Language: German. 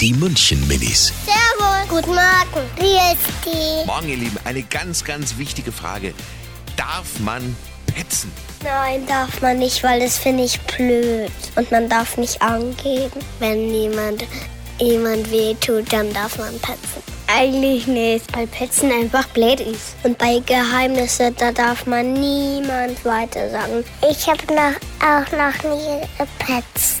Die München Minis. Servus. Guten Morgen. Wie ist die? Morgen, ihr Lieben, eine ganz, ganz wichtige Frage. Darf man petzen? Nein, darf man nicht, weil das finde ich blöd. Und man darf nicht angeben. Wenn jemand jemand wehtut, dann darf man petzen. Eigentlich nicht, weil Petzen einfach blöd ist. Und bei Geheimnisse, da darf man niemand weiter sagen. Ich habe noch, auch noch nie gepetzt.